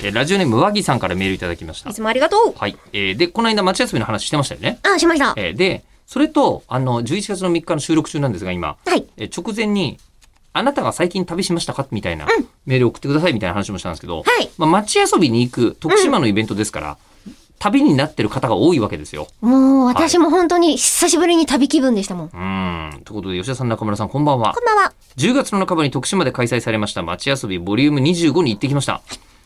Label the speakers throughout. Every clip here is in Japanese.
Speaker 1: えーラジオネーム和木さんからメールいただきました
Speaker 2: い。つもありがとう。
Speaker 1: はい。えーで、この間夏休みの話してましたよね。
Speaker 2: あ、しました。
Speaker 1: えーで、それと、あの、11月の3日の収録中なんですが、今、
Speaker 2: はい。
Speaker 1: えー直前に、あなたが最近旅しましたかみたいな、
Speaker 2: うん
Speaker 1: メール送ってくださいみたいな話もしたんですけど、
Speaker 2: はい
Speaker 1: まあ、街遊びに行く徳島のイベントですから、旅になってる方が多いわけですよ。
Speaker 2: もう、私も本当に久しぶりに旅気分でしたもん。
Speaker 1: うーん。ということで、吉田さん、中村さん、こんばんは
Speaker 2: こ。んばんは。
Speaker 1: 10月の半ばに徳島で開催されました街遊びボリューム25に行ってきました。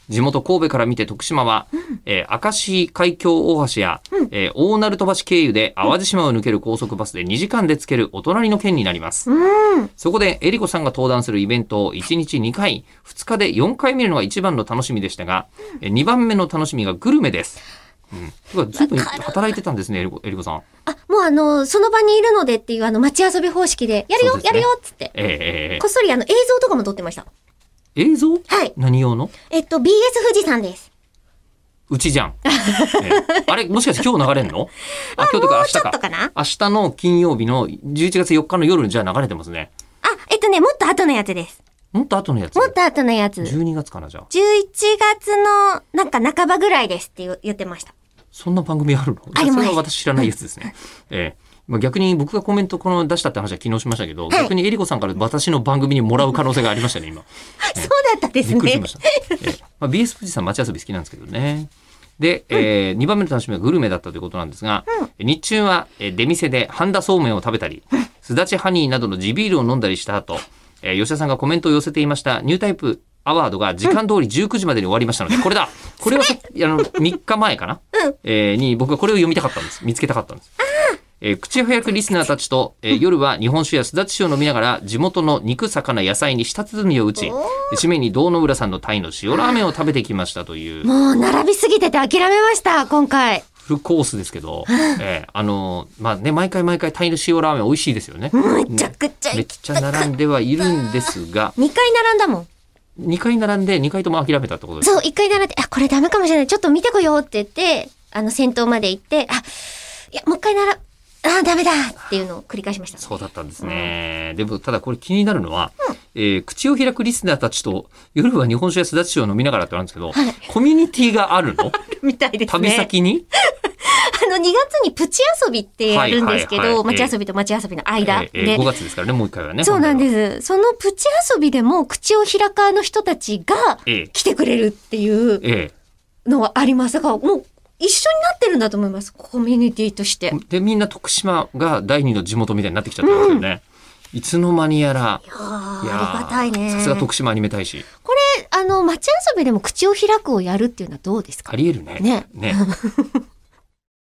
Speaker 1: 地元神戸から見て徳島は、えー明石海峡大橋や、えー大鳴門橋経由で淡路島を抜ける高速バスで2時間で着けるお隣の県になります。
Speaker 2: うん。
Speaker 1: そこで、えりこさんが登壇するイベントを1日2回、2日で4回見るのが一番の楽しみでしたが、え2番目の楽しみがグルメです。うん。てか、ずいぶん働いてたんですね、えりこえりこさん。
Speaker 2: あ、もうあの、その場にいるのでっていうあの、街遊び方式で、やる
Speaker 1: そ
Speaker 2: よ、
Speaker 1: うですね
Speaker 2: やるよっつって。
Speaker 1: えーえ
Speaker 2: こっそりあの、映像とかも撮ってました。
Speaker 1: ーえー映像
Speaker 2: はい。
Speaker 1: 何用の
Speaker 2: えっと、BS 富士山です。
Speaker 1: うちじ ゃん。ええあれもしかして今日流れんのあ、今日とか明日
Speaker 2: ちょっと
Speaker 1: か。
Speaker 2: かな
Speaker 1: 明日の金曜日の11月4日の夜にじゃあ流れてますね。
Speaker 2: あ、えっとね、もっと後のやつです。
Speaker 1: もっと後のやつ。
Speaker 2: もっと後のやつ。11
Speaker 1: 12月かなじゃあ。
Speaker 2: 月の、なんか半ばぐらいですって言言ってました。
Speaker 1: そんな番組あるの
Speaker 2: あり
Speaker 1: そ
Speaker 2: ま
Speaker 1: れ
Speaker 2: す
Speaker 1: は私知らないやつですね。 ええまあ、逆に僕がコメントこの出したって話は昨日しましたけど、
Speaker 2: はい
Speaker 1: 逆にエリコさんから私の番組にもらう可能性がありましたね、今。
Speaker 2: そうだったで
Speaker 1: び
Speaker 2: す
Speaker 1: っ
Speaker 2: ね。
Speaker 1: くりしました。ええまあ、BS 富士山街遊び好きなんですけどね。で、え2番目の楽しみはグルメだったということなんですが、日中はえー出店で半田そうめんを食べたり、すだちハニーなどの地ビールを飲んだりした後、えー吉田さんがコメントを寄せていましたニュータイプアワードが時間通り19時までに終わりましたので、これだこれはさ あの3日前かな、えーに僕はこれを読みたかったんです。見つけたかったんです。えー口早くリスナーたちと、え ー夜は日本酒やすだち酒を飲みながら地元の肉魚野菜に舌鼓を打ち
Speaker 2: おー
Speaker 1: 締めに堂の浦さんのタイの塩ラーメンを食べてきましたという
Speaker 2: もう、並びすぎてて諦めました、今回。
Speaker 1: フルコースですけ ど、えーあのーまあね毎回毎回タイの塩ラーメン美味しいですよね。
Speaker 2: むちゃくちゃ
Speaker 1: め
Speaker 2: 行
Speaker 1: っ
Speaker 2: き
Speaker 1: ちゃ並んではいるんですが
Speaker 2: 2回並んだもん。
Speaker 1: 2回並んで2回とも諦めたってことです
Speaker 2: そう、一回並んで、あ、これダメかもしれない。ちょっと見てこようって言って、あの、先頭まで行って、あ、いや、もう一回なら、あ、ダメだっていうのを繰り返しま した。
Speaker 1: そうだったんですね。でも、ただこれ気になるのは、えー口を開くリスナーたちと、夜は日本酒やすだち酒を飲みながらってあるんですけど、
Speaker 2: はい
Speaker 1: コミュニティがあるの
Speaker 2: みたい ですね。
Speaker 1: 旅先に
Speaker 2: あの、2月にプチ遊びってやるんですけ
Speaker 1: はいはいは
Speaker 2: ど、
Speaker 1: いええ
Speaker 2: 街遊びと街遊びの間
Speaker 1: えーえー
Speaker 2: で
Speaker 1: 5。月ですからね、もう一回はね。
Speaker 2: そうなん
Speaker 1: す。
Speaker 2: です。そのプチ遊びでも、口を開かの人たちが
Speaker 1: ええ
Speaker 2: 来てくれるっていう
Speaker 1: え
Speaker 2: のはあります。だから、もう、一緒になってるんだと思います。コミュニティとして。
Speaker 1: えで、みんな徳島が第二の地元みたいになってきちゃったんですよね。いつの間にやら、
Speaker 2: いやー
Speaker 1: いやー
Speaker 2: ありがたいね。
Speaker 1: さすが徳島アニメ大使。
Speaker 2: これ、あの、街遊びでも口を開くをやるっていうのはどうですか
Speaker 1: ありえるね。
Speaker 2: ね
Speaker 1: ね。